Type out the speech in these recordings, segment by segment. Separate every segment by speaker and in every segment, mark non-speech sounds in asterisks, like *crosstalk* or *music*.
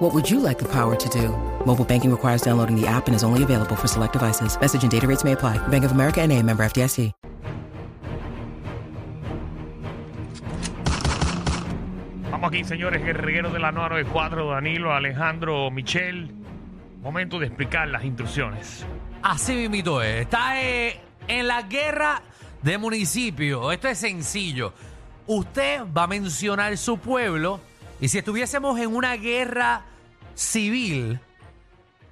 Speaker 1: What would you like the power to do? Mobile banking requires downloading the app and is only available for select devices. Message and data rates may apply. Bank of America and a member FDIC.
Speaker 2: Vamos aquí, señores, guerrilleros de la 994, Danilo, Alejandro, Michelle. Momento de explicar las instrucciones.
Speaker 3: Así mismito es. Está eh, en la guerra de municipio. Esto es sencillo. Usted va a mencionar su pueblo y si estuviésemos en una guerra civil,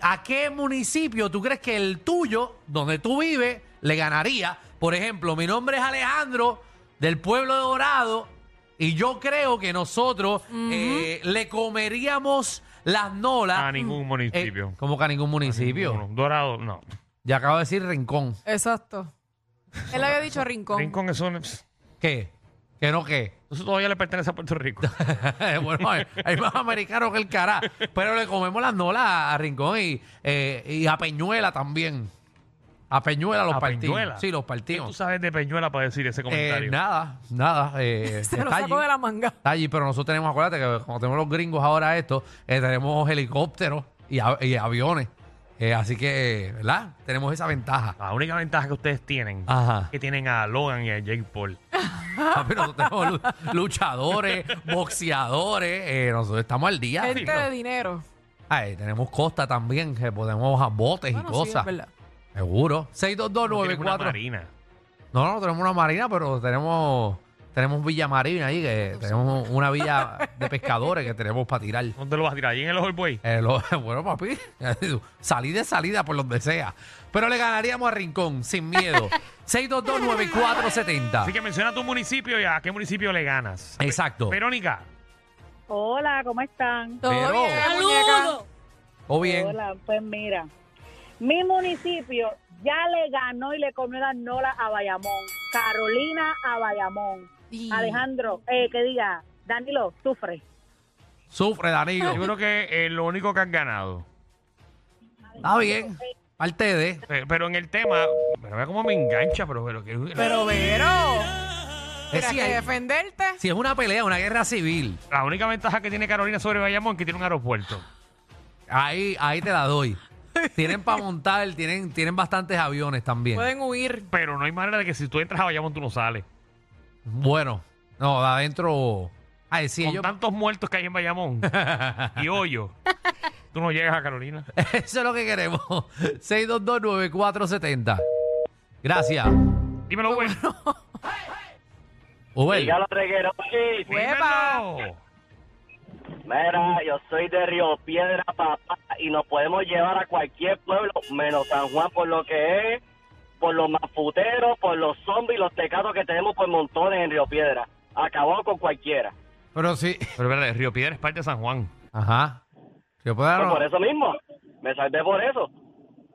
Speaker 3: ¿a qué municipio tú crees que el tuyo, donde tú vives, le ganaría? Por ejemplo, mi nombre es Alejandro, del pueblo de Dorado, y yo creo que nosotros eh, le comeríamos las nolas.
Speaker 2: A ningún municipio.
Speaker 3: Ah, Eh, ¿Cómo que a ningún municipio?
Speaker 2: Ninguno. Dorado, no.
Speaker 3: Ya acabo de decir rincón.
Speaker 4: Exacto. Él había dicho rincón.
Speaker 2: Rincón, eso, no- pss,
Speaker 3: ¿Qué? ¿Que no qué? *laughs*
Speaker 2: eso todavía le pertenece a Puerto Rico.
Speaker 3: bueno, hay, hay más americanos que el cará. Pero le comemos las nolas a, a Rincón y, eh, y a Peñuela también. A Peñuela los
Speaker 2: ¿A
Speaker 3: partidos.
Speaker 2: Peñuela?
Speaker 3: Sí, los
Speaker 2: ¿Qué tú
Speaker 3: partidos. Eh,
Speaker 2: sabes de Peñuela para decir ese comentario?
Speaker 3: nada, nada.
Speaker 2: *laughs*
Speaker 3: eh,
Speaker 4: *laughs* Se lo
Speaker 3: está
Speaker 4: sacó
Speaker 3: allí.
Speaker 4: de la manga.
Speaker 3: Está allí, pero nosotros tenemos, acuérdate que como tenemos los gringos ahora esto, eh, tenemos helicópteros y, a- y aviones. Eh, así que, ¿verdad? Tenemos
Speaker 2: *laughs*
Speaker 3: esa ventaja.
Speaker 2: La única ventaja que ustedes tienen
Speaker 3: Ajá.
Speaker 2: es que tienen a Logan y a Jake
Speaker 3: *laughs*
Speaker 2: Paul.
Speaker 3: Pero nosotros tenemos lu- luchadores, boxeadores, eh, nosotros estamos al día.
Speaker 4: Gente
Speaker 2: no.
Speaker 4: de dinero.
Speaker 3: Ay, tenemos costa también, que podemos a botes
Speaker 4: Bueno,
Speaker 3: y
Speaker 4: sí,
Speaker 3: cosas.
Speaker 4: es verdad.
Speaker 3: Seguro.
Speaker 2: No tienen una
Speaker 3: 62294.
Speaker 2: marina.
Speaker 3: No, no, tenemos una marina, pero tenemos tenemos Villa Marina ahí, que tenemos una
Speaker 4: *laughs*
Speaker 3: villa de pescadores que tenemos para tirar.
Speaker 2: ¿Dónde lo vas a tirar? ¿Allí en el Old Boy?
Speaker 3: Eh, lo- *laughs* bueno, papi, salí de salida por donde sea. Pero le ganaríamos a Rincón, sin
Speaker 4: *laughs*
Speaker 3: miedo. 6229470.
Speaker 2: Así que menciona tu municipio y a qué municipio le ganas.
Speaker 3: Exacto.
Speaker 2: Verónica,
Speaker 5: Hola, ¿cómo están?
Speaker 4: Todo
Speaker 3: Pero-
Speaker 4: bien, muñeca.
Speaker 3: O bien,
Speaker 5: Hola, pues mira, mi municipio ya le ganó y le comió la nola a Bayamón. Carolina a Bayamón.
Speaker 4: Y-
Speaker 5: Alejandro, eh, que diga, Danilo, sufre.
Speaker 3: sufre Danilo.
Speaker 2: yo *laughs* creo que eh, lo único que has ganado.
Speaker 3: Está bien. Parte de.
Speaker 2: Eh, pero en el tema, pero vea cómo me engancha, pero, pero, que-
Speaker 4: Pero, Vero,
Speaker 3: Es
Speaker 4: tienes
Speaker 3: si,
Speaker 4: que
Speaker 3: hay-
Speaker 4: defenderte.
Speaker 3: si es una pelea, una guerra civil.
Speaker 2: La única ventaja que tiene Carolina sobre Bayamón es que tiene un aeropuerto.
Speaker 3: Ahí, ahí te la *laughs* doy. Tienen para montar, tienen, tienen bastantes aviones también.
Speaker 4: Pueden huir.
Speaker 2: Pero no hay manera de que si tú entras a Bayamón tú no sales.
Speaker 3: Bueno, no, de adentro. Ay, sí,
Speaker 2: Con
Speaker 3: ellos-
Speaker 2: tantos muertos que hay en Bayamón y hoyo, tú no llegas a Carolina.
Speaker 3: *laughs* Eso es lo que queremos. *laughs* 6229470. Gracias.
Speaker 2: Dímelo, güey.
Speaker 3: Uber.
Speaker 6: Dígalo, reguero. Sí,
Speaker 2: Dímelo.
Speaker 6: Mira, yo soy de Río Piedra, papá, y nos podemos llevar a cualquier pueblo, menos San Juan, por lo que es, por los maputeros, por los zombies, los tecatos que tenemos por montones en Río Piedra. Acabó con cualquiera. Pues
Speaker 3: Pero sí.
Speaker 2: Pero es verdad, Río Piedra es parte de San Juan.
Speaker 3: Ajá. Río Piedra
Speaker 6: Pues
Speaker 3: no-
Speaker 6: por eso mismo, me salvé por eso.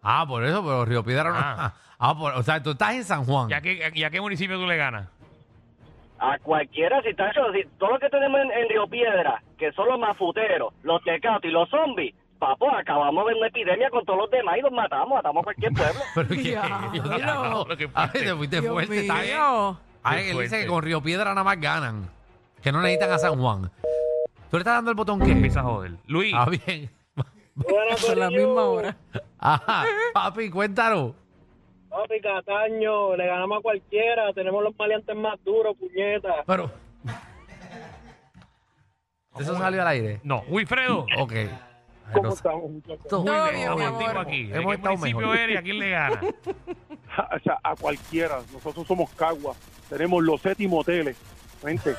Speaker 3: Ah, por eso, pero Río Piedra no.
Speaker 2: Ah.
Speaker 3: *laughs* Ah, por- o sea, tú estás en San Juan.
Speaker 2: ¿Y a qué, y a qué municipio tú le ganas?
Speaker 6: A cualquiera, si está hecho, si todo lo que tenemos en, en Río Piedra, que son los mafuteros, los tecatos y los zombies, papá, acabamos de una epidemia con todos los demás y los matamos, matamos a cualquier
Speaker 4: *laughs*
Speaker 6: pueblo.
Speaker 3: *laughs* Pero que.
Speaker 4: Diablo.
Speaker 2: Lo que
Speaker 3: Ay,
Speaker 2: fuiste.
Speaker 3: te fuiste
Speaker 4: Dios
Speaker 3: fuerte, está bien.
Speaker 4: mío.
Speaker 3: Ay,
Speaker 2: Qué
Speaker 3: él dice
Speaker 2: fuerte.
Speaker 3: que con Río Piedra nada más ganan. Que no necesitan a San Juan. ¿Tú le estás dando el botón qué?
Speaker 2: Empieza a joder. Luis,
Speaker 3: Ah, bien.
Speaker 4: A la misma hora.
Speaker 3: Ajá. Papi, cuéntalo.
Speaker 7: Papi Cataño, le ganamos a cualquiera, tenemos los maleantes más duros, puñeta.
Speaker 3: Pero. Eso salió al aire.
Speaker 2: no, Wilfredo.
Speaker 3: Ok. Ay,
Speaker 7: ¿Cómo
Speaker 3: no sé.
Speaker 7: estamos, muchachos?
Speaker 3: Todo
Speaker 4: Todo
Speaker 3: bien,
Speaker 4: bien,
Speaker 3: todo
Speaker 4: mi
Speaker 3: bien.
Speaker 2: Estamos contigo
Speaker 4: amor.
Speaker 2: aquí. ¿De
Speaker 3: Hemos
Speaker 2: qué
Speaker 3: estado
Speaker 2: municipio
Speaker 3: mejor.
Speaker 2: eres y a quién le ganas?
Speaker 7: O sea, a cualquiera, nosotros somos caguas, tenemos los séptimos hoteles. Vente,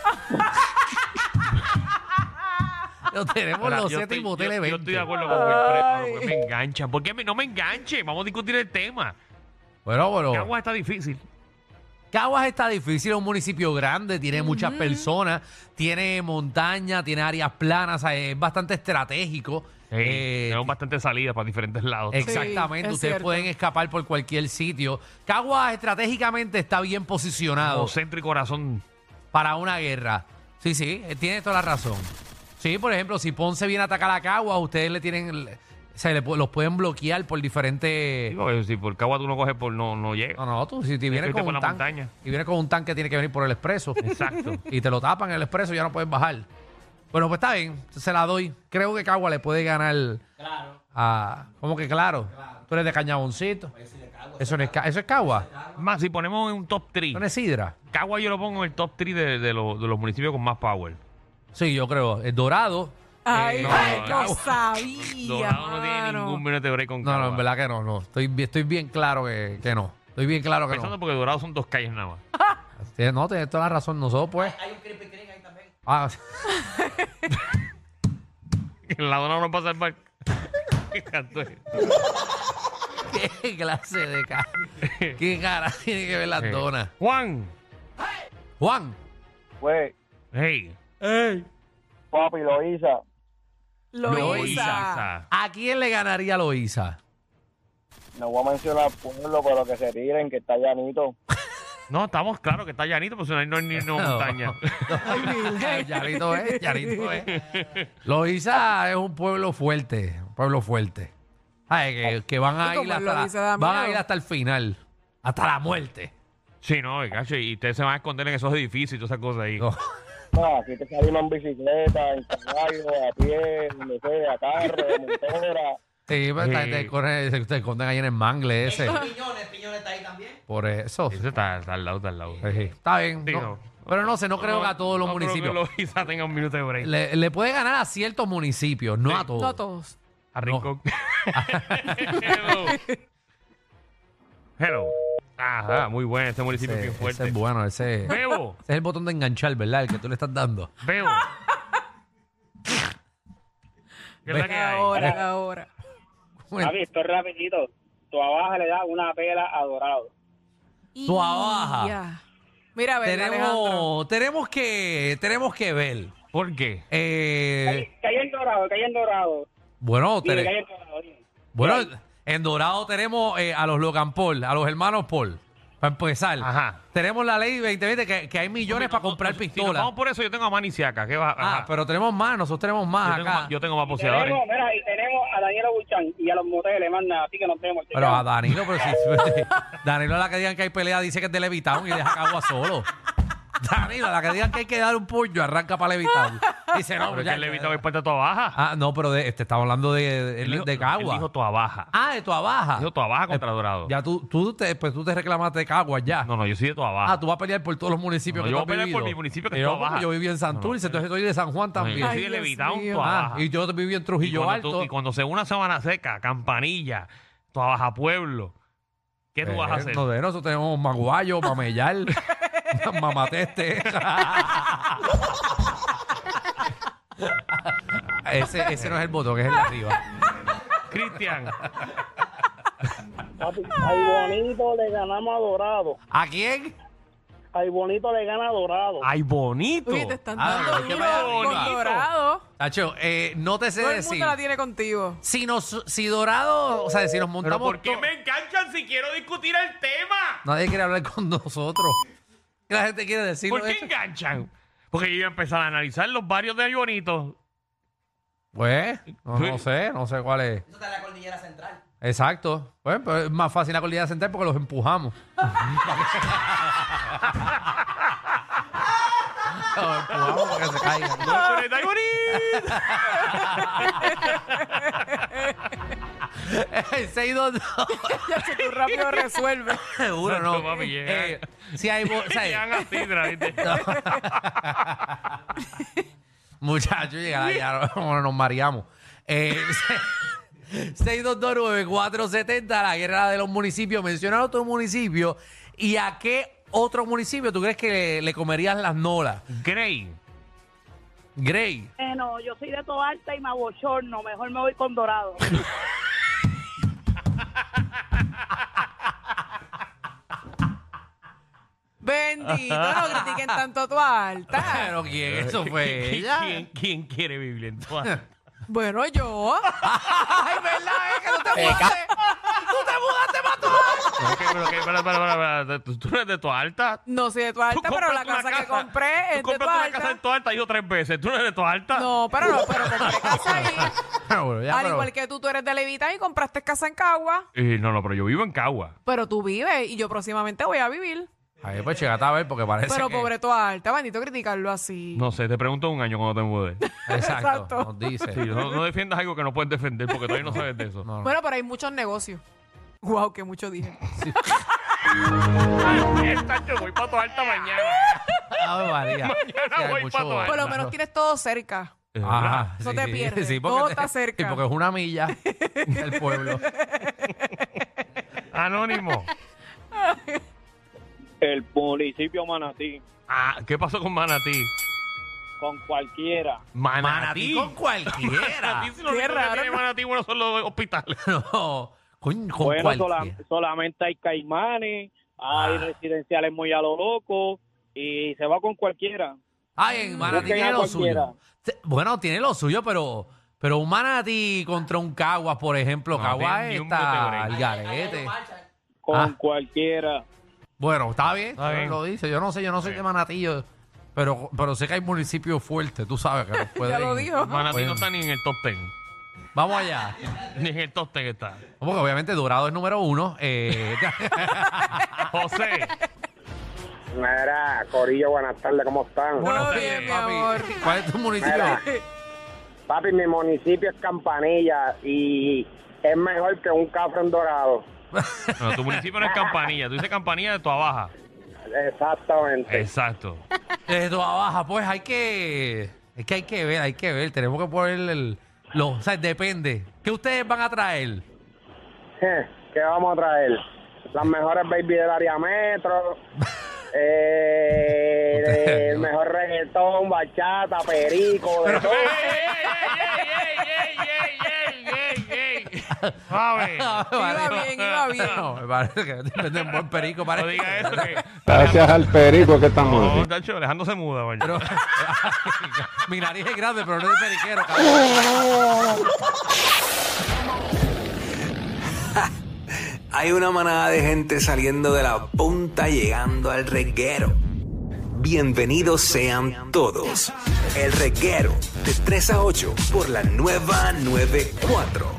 Speaker 3: Lo tenemos
Speaker 2: Ahora,
Speaker 3: los
Speaker 2: yo
Speaker 3: siete
Speaker 2: estoy-
Speaker 3: y
Speaker 2: yo-
Speaker 3: moteles
Speaker 2: Yo
Speaker 3: 20.
Speaker 2: estoy de acuerdo con Wilfredo. no, no, que me enganchan. ¿Por qué me- no me enganche? Vamos a discutir el tema.
Speaker 3: Bueno, pero.
Speaker 2: Caguas está difícil.
Speaker 3: Caguas está difícil, es un municipio grande, tiene muchas personas, tiene montaña, tiene áreas planas, o sea, es bastante estratégico. Eh,
Speaker 2: tenemos bastante salida para diferentes lados.
Speaker 3: Exactamente,
Speaker 4: es
Speaker 3: ustedes
Speaker 4: cierto.
Speaker 3: pueden escapar por cualquier sitio. Caguas estratégicamente está bien posicionado
Speaker 2: Como centro y corazón.
Speaker 3: para una guerra. Sí, sí, eh, tiene toda la razón. Sí, por ejemplo, si Ponce viene a atacar a Caguas, ustedes le tienen, se le pu- los pueden bloquear por diferentes...
Speaker 2: Digo, eh, si por Cagua tú no coges, por no, no llega.
Speaker 3: No, no, tú, si te vienes
Speaker 2: irte
Speaker 3: con
Speaker 2: por
Speaker 3: un
Speaker 2: la
Speaker 3: tanque,
Speaker 2: montaña.
Speaker 3: y vienes con un tanque, tiene que venir por el expreso.
Speaker 2: Exacto.
Speaker 3: y te lo tapan en el expreso, ya no puedes bajar. Bueno, pues está bien, se la doy. Creo que Cagua le puede ganar. Claro. A, ¿Cómo que claro? Pues Tú eres de Cañaboncito. eso, no es, Ca- eso es Cagua.
Speaker 2: Más, si ponemos en un top 3.
Speaker 3: Eso no es Sidra.
Speaker 2: Cagua yo lo pongo en el top 3 de, de los- de los municipios con más power.
Speaker 3: Sí, yo creo. Es Dorado.
Speaker 4: Ay,
Speaker 3: Eh,
Speaker 2: no,
Speaker 4: ay,
Speaker 2: no,
Speaker 4: lo
Speaker 2: no.
Speaker 4: sabía.
Speaker 2: Dorado no tiene
Speaker 4: mano.
Speaker 2: ningún minuto de break con
Speaker 3: No,
Speaker 2: Cagua.
Speaker 3: no, en verdad que no, no. Estoy, bi- estoy bien claro que, que no. Estoy bien claro que
Speaker 2: Pensando
Speaker 3: no.
Speaker 2: porque Dorado son dos calles nada más. *laughs*
Speaker 3: Tienes- No, tienes toda la razón. Nosotros, pues. Ah, Hay, *laughs* un
Speaker 2: En la zona no pasa el mar. *laughs* Exacto.
Speaker 3: ahí también. Ah, qué clase
Speaker 2: *laughs*
Speaker 3: de cara. ¿Qué cara tiene que ver las
Speaker 2: Eh,
Speaker 3: donas?
Speaker 2: Juan.
Speaker 3: Juan.
Speaker 6: Güey,
Speaker 2: Hey.
Speaker 6: Pues, papi, lo hizo.
Speaker 4: Loisa.
Speaker 3: ¿A quién le ganaría Loisa?
Speaker 6: No voy a mencionar pueblo, pero que se tiren, que está llanito.
Speaker 2: No, estamos claro que está llanito, pues no hay, no hay ni
Speaker 3: *laughs*
Speaker 2: una montaña.
Speaker 3: Yarito es, Yarito es. Loiza es un pueblo fuerte, un pueblo fuerte. Ay, que, que van a
Speaker 4: Como
Speaker 3: ir hasta
Speaker 4: Loíza
Speaker 3: la-
Speaker 4: da
Speaker 3: van a
Speaker 4: miedo.
Speaker 3: ir hasta el final, hasta la muerte.
Speaker 2: sí, no, y cacho, y ustedes se van a esconder en esos edificios y todas esas cosas ahí.
Speaker 3: No.
Speaker 6: No, Ah, aquí te salimos en bicicleta, en caballo, a pie, donde sea, carro, motora.
Speaker 3: Sí, pero esta
Speaker 2: Sí.
Speaker 3: gente corre- se, se esconden ahí en el mangle ese. piñones, piñones está ahí también. Por eso.
Speaker 2: Eso está, está al lado, está al lado.
Speaker 3: Sí, sí. Está bien.
Speaker 2: Sí,
Speaker 3: no.
Speaker 2: no.
Speaker 3: Pero no sé, no creo que a todos los
Speaker 2: no creo que
Speaker 3: municipios.
Speaker 2: Loíza tenga un minuto de break.
Speaker 3: Le, le puede ganar a ciertos municipios, no a todos.
Speaker 4: No todos.
Speaker 2: A
Speaker 3: *laughs*
Speaker 2: Rincón. Hello. Hello. Ajá, muy bueno este municipio,
Speaker 3: Ese,
Speaker 2: bien
Speaker 3: Oh. ese
Speaker 2: fuerte.
Speaker 3: es bueno, ese, ese
Speaker 2: Bebo,
Speaker 3: es el botón de enganchar, ¿verdad? El que tú le
Speaker 2: *laughs*
Speaker 3: estás dando.
Speaker 2: Bebo. ¿Qué es la que hay?
Speaker 4: Ahora, ahora.
Speaker 6: Papi, esto es rapidito. Tu abajo le da una pela a Dorado.
Speaker 3: Tú abaja.
Speaker 4: Ya. Mira, a ver, Alejandro.
Speaker 3: tenemos, tenemos que tenemos que ver.
Speaker 2: ¿Por qué?
Speaker 3: Eh,
Speaker 6: Que hay en Dorado, que hay en Dorado.
Speaker 3: bueno,
Speaker 6: Dime,
Speaker 3: tere-
Speaker 6: que hay en Dorado. dime.
Speaker 3: bueno, en Dorado tenemos eh, a los Logan Paul, a los hermanos Paul. Para empezar,
Speaker 2: Ajá.
Speaker 3: tenemos la ley 2020 que, que hay millones para comprar
Speaker 2: Si nos
Speaker 3: pistolas.
Speaker 2: vamos por eso, yo tengo a Manny Siaka. ¿Qué va?
Speaker 3: ah,
Speaker 2: Ajá.
Speaker 3: pero tenemos más, nosotros tenemos más
Speaker 2: yo, tengo
Speaker 3: acá.
Speaker 2: más, yo tengo más poseedores.
Speaker 6: Tenemos, mira, y tenemos a Daniela Buchan y a los moteles, más nada, así que nos vemos.
Speaker 3: Pero a Danilo, pero si Danilo a la que digan que hay pelea dice que es de Levitown y deja a Cagua solo. Danilo, a la que digan que hay que dar un puño, arranca para Levitown. Dice,
Speaker 4: Ah,
Speaker 3: no,
Speaker 2: Pero es
Speaker 3: ya-
Speaker 2: que el levita hoy parte toda baja.
Speaker 3: Ah, no, pero de, este estaba hablando de, de,
Speaker 2: Él dijo-
Speaker 3: de Cagua.
Speaker 2: Él dijo toda baja.
Speaker 3: Ah, de tu abaja.
Speaker 2: Dijo toda baja contra Dorado.
Speaker 3: Ya tú, tú te, pues tú te reclamaste de Caguas ya.
Speaker 2: No, no, yo soy de toda baja.
Speaker 3: Ah, tú vas a pelear por todos los
Speaker 2: No,
Speaker 3: municipios que
Speaker 2: yo voy
Speaker 3: tú has
Speaker 2: a pelear
Speaker 3: vivido.
Speaker 2: por mi municipio, que
Speaker 3: Y
Speaker 2: es
Speaker 3: yo,
Speaker 2: toda
Speaker 3: porque
Speaker 2: baja.
Speaker 3: yo viví en Santurce, entonces soy de San Juan también.
Speaker 2: Yo
Speaker 4: Ay,
Speaker 2: soy de
Speaker 4: Dios
Speaker 2: Levitown,
Speaker 4: mío.
Speaker 2: toda
Speaker 3: Ah,
Speaker 2: baja.
Speaker 3: y yo viví en
Speaker 2: Y
Speaker 3: Trujillo
Speaker 2: cuando,
Speaker 3: Alto.
Speaker 2: tú- y cuando se una Sabana Seca, Campanilla, toda Baja Pueblo, ¿qué tú
Speaker 3: Eh,
Speaker 2: vas a hacer?
Speaker 3: No, de nosotros tenemos
Speaker 2: *laughs*
Speaker 3: Maguayo, Mameyal, Mamateste. ese, ese no es el botón, es el de arriba. *laughs*
Speaker 2: Cristian,
Speaker 6: Papi, Ay, bonito, le ganamos a Dorado.
Speaker 3: ¿A quién?
Speaker 6: Ay, bonito, le gana a Dorado.
Speaker 2: ay, bonito.
Speaker 4: Uy, te están
Speaker 3: Ah,
Speaker 4: dando
Speaker 3: pero es que vaya
Speaker 4: duro
Speaker 3: arriba.
Speaker 4: con dorado.
Speaker 3: Tacho, eh, no te sé
Speaker 4: Todo el
Speaker 3: decir.
Speaker 4: mundo la tiene contigo.
Speaker 3: Si, nos, si Dorado, o sea, si nos montamos.
Speaker 2: Pero ¿por qué
Speaker 3: to-
Speaker 2: me enganchan si quiero discutir el tema?
Speaker 3: Nadie quiere hablar con nosotros. ¿Qué la gente quiere decir?
Speaker 2: ¿Por qué enganchan? Porque yo iba a empezar a analizar los barrios de Ay Bonito.
Speaker 3: *laughs* Pues, no, no
Speaker 2: Sí.
Speaker 3: sé, no sé cuál es. Eso está en la cordillera central. Exacto. Pues, pero es más fácil la cordillera central porque los empujamos. *laughs* los empujamos para que se caigan. *laughs*
Speaker 2: Pero es de Ay Bonito.
Speaker 3: 622.
Speaker 4: Ya sé, tú rápido resuelve.
Speaker 3: Seguro,
Speaker 2: No,
Speaker 3: no.
Speaker 2: mami, llega.
Speaker 3: Eh, si hay. bo- *laughs*
Speaker 2: *laughs*
Speaker 3: o sea,
Speaker 2: Llegan así, ¿viste?
Speaker 3: *laughs* Muchachos, llegará ya, bueno, nos mareamos. Eh, *laughs* 6229470, la guerra de los municipios. Menciona otro municipio. ¿Y a qué otro municipio tú crees que le, le comerías las nolas?
Speaker 2: Gray.
Speaker 3: Grey.
Speaker 5: Bueno, yo soy de toda alta y me abochorno. Mejor me voy con Dorado.
Speaker 4: *laughs* Bendito, no critiquen tanto a tu alta.
Speaker 3: Pero quién, eso fue *laughs*
Speaker 2: ¿Qui- *laughs*
Speaker 3: ella.
Speaker 2: ¿Quién, quién quiere vivir en todas?
Speaker 4: Bueno, yo. Ay, ¿verdad? Es que
Speaker 3: *laughs*
Speaker 4: tú
Speaker 3: Eh,
Speaker 4: te mudaste. Tú te mudaste para tu
Speaker 2: No, que- pero que- para, para, para, para, ¿Tú, tú eres de tu alta?
Speaker 4: No soy de tu alta,
Speaker 2: Tú
Speaker 4: pero la
Speaker 2: compraste una
Speaker 4: casa, que compré es
Speaker 2: Tú
Speaker 4: de tu
Speaker 2: compraste una casa
Speaker 4: alta.
Speaker 2: en tu alta yo tres veces. ¿Tú no eres de tu alta?
Speaker 4: No, pero no, pero
Speaker 2: *laughs*
Speaker 4: compré casa ahí.
Speaker 3: Bueno, ya,
Speaker 4: Al
Speaker 3: pero-
Speaker 4: igual que tú, tú eres de Levita y compraste casa en Cagua.
Speaker 2: Eh, no, no, pero yo vivo en Cagua.
Speaker 4: Pero tú vives y yo próximamente voy a vivir.
Speaker 3: Ahí pues llegate a ver porque parece
Speaker 4: Pero
Speaker 3: que-
Speaker 4: pobre tu alta, bendito criticarlo así.
Speaker 2: No sé, te pregunto un año cuando te mudes.
Speaker 3: *laughs* *laughs* Exacto,
Speaker 4: Exacto.
Speaker 3: nos dice.
Speaker 2: Sí, no, no defiendas algo que no puedes defender porque todavía no sabes de eso.
Speaker 3: No, no.
Speaker 4: Bueno, pero hay muchos negocios. Wow, que mucho dije.
Speaker 2: Ay, chacho, voy para tu alta mañana.
Speaker 3: Ave *laughs* María. Sí, hay
Speaker 2: voy
Speaker 3: mucho-
Speaker 2: pa' tu alta.
Speaker 4: Por lo menos tienes
Speaker 3: *laughs*
Speaker 4: todo cerca.
Speaker 2: *laughs* Ajá.
Speaker 3: Ajá,
Speaker 4: No te pierdes,
Speaker 3: porque
Speaker 4: todo
Speaker 3: te-
Speaker 4: está cerca.
Speaker 3: Sí, porque es una milla del
Speaker 4: *laughs*
Speaker 3: pueblo.
Speaker 2: Anónimo.
Speaker 8: *laughs* El municipio Manatí,
Speaker 2: Ah, ¿Qué pasó con Manatí?
Speaker 8: con cualquiera.
Speaker 2: Manatí.
Speaker 3: con *laughs* cualquiera.
Speaker 2: Manatí, si lo
Speaker 4: Qué
Speaker 2: único que
Speaker 4: raro,
Speaker 2: tiene
Speaker 4: ¿no?
Speaker 2: Manatí, bueno, son los hospitales.
Speaker 3: no, con, con
Speaker 8: Bueno, sola-
Speaker 3: cualquiera.
Speaker 8: solamente hay caimanes,
Speaker 3: Ah.
Speaker 8: hay residenciales muy a lo loco y se va con cualquiera.
Speaker 3: Ay, en Manatí
Speaker 8: Busquen
Speaker 3: tiene
Speaker 8: a
Speaker 3: lo suyo.
Speaker 8: cualquiera.
Speaker 3: Te- Bueno, tiene lo suyo, pero, pero un Manatí contra un Caguas, por ejemplo.
Speaker 2: No
Speaker 3: Caguas
Speaker 2: tiene ni un bote
Speaker 3: está
Speaker 2: break.
Speaker 3: al garete.
Speaker 8: Con
Speaker 3: Ah.
Speaker 8: cualquiera.
Speaker 3: Bueno, está bien,
Speaker 2: Está
Speaker 3: tú
Speaker 2: bien.
Speaker 3: lo dice. Yo no sé, yo no soy
Speaker 2: Sí.
Speaker 3: de Manatí, yo- pero, pero sé que hay municipios fuertes, tú sabes que
Speaker 4: *laughs*
Speaker 3: nos pueden...
Speaker 4: lo dijo.
Speaker 2: Manatí
Speaker 3: Bueno.
Speaker 2: no está ni en el top ten.
Speaker 3: Vamos allá.
Speaker 2: Ni en el top ten está.
Speaker 3: No, Porque obviamente Dorado es número uno.
Speaker 2: *laughs*
Speaker 3: eh,
Speaker 2: José.
Speaker 9: Mira, Corillo, buenas tardes, ¿cómo están?
Speaker 4: Todo
Speaker 3: está
Speaker 4: bien, mi
Speaker 3: eh, papi.
Speaker 4: amor.
Speaker 3: ¿Cuál es tu municipio?
Speaker 9: Mira. Papi, mi municipio es Campanilla y es mejor que un cafrón dorado.
Speaker 2: No, tu municipio no es Campanilla. Tú dices Campanilla de tu abaja.
Speaker 9: Exactamente.
Speaker 2: Exacto.
Speaker 3: Desde toda baja, pues hay que. Es que hay que ver, hay que ver. Tenemos que poner el. lo- o sea, depende. ¿Qué ustedes van a traer?
Speaker 9: ¿Qué vamos a traer? Las mejores baby del área metro, eh, el mejor reggaetón, bachata, perico, de todo.
Speaker 2: Suave.
Speaker 4: Iba
Speaker 3: Vale.
Speaker 4: bien, iba bien.
Speaker 3: *laughs* No, me parece que te venden buen perico. Parece.
Speaker 2: No diga eso que...
Speaker 9: Gracias al perico que estamos
Speaker 2: No, Tacho, Alejandro se muda, mañana.
Speaker 3: Pero- *laughs* mi nariz es grande, pero no es de periquero, cabrón.
Speaker 10: Hay una manada de gente saliendo de la punta llegando al reguero. Bienvenidos sean todos. El reguero de 3 a 8 por la nueva 94.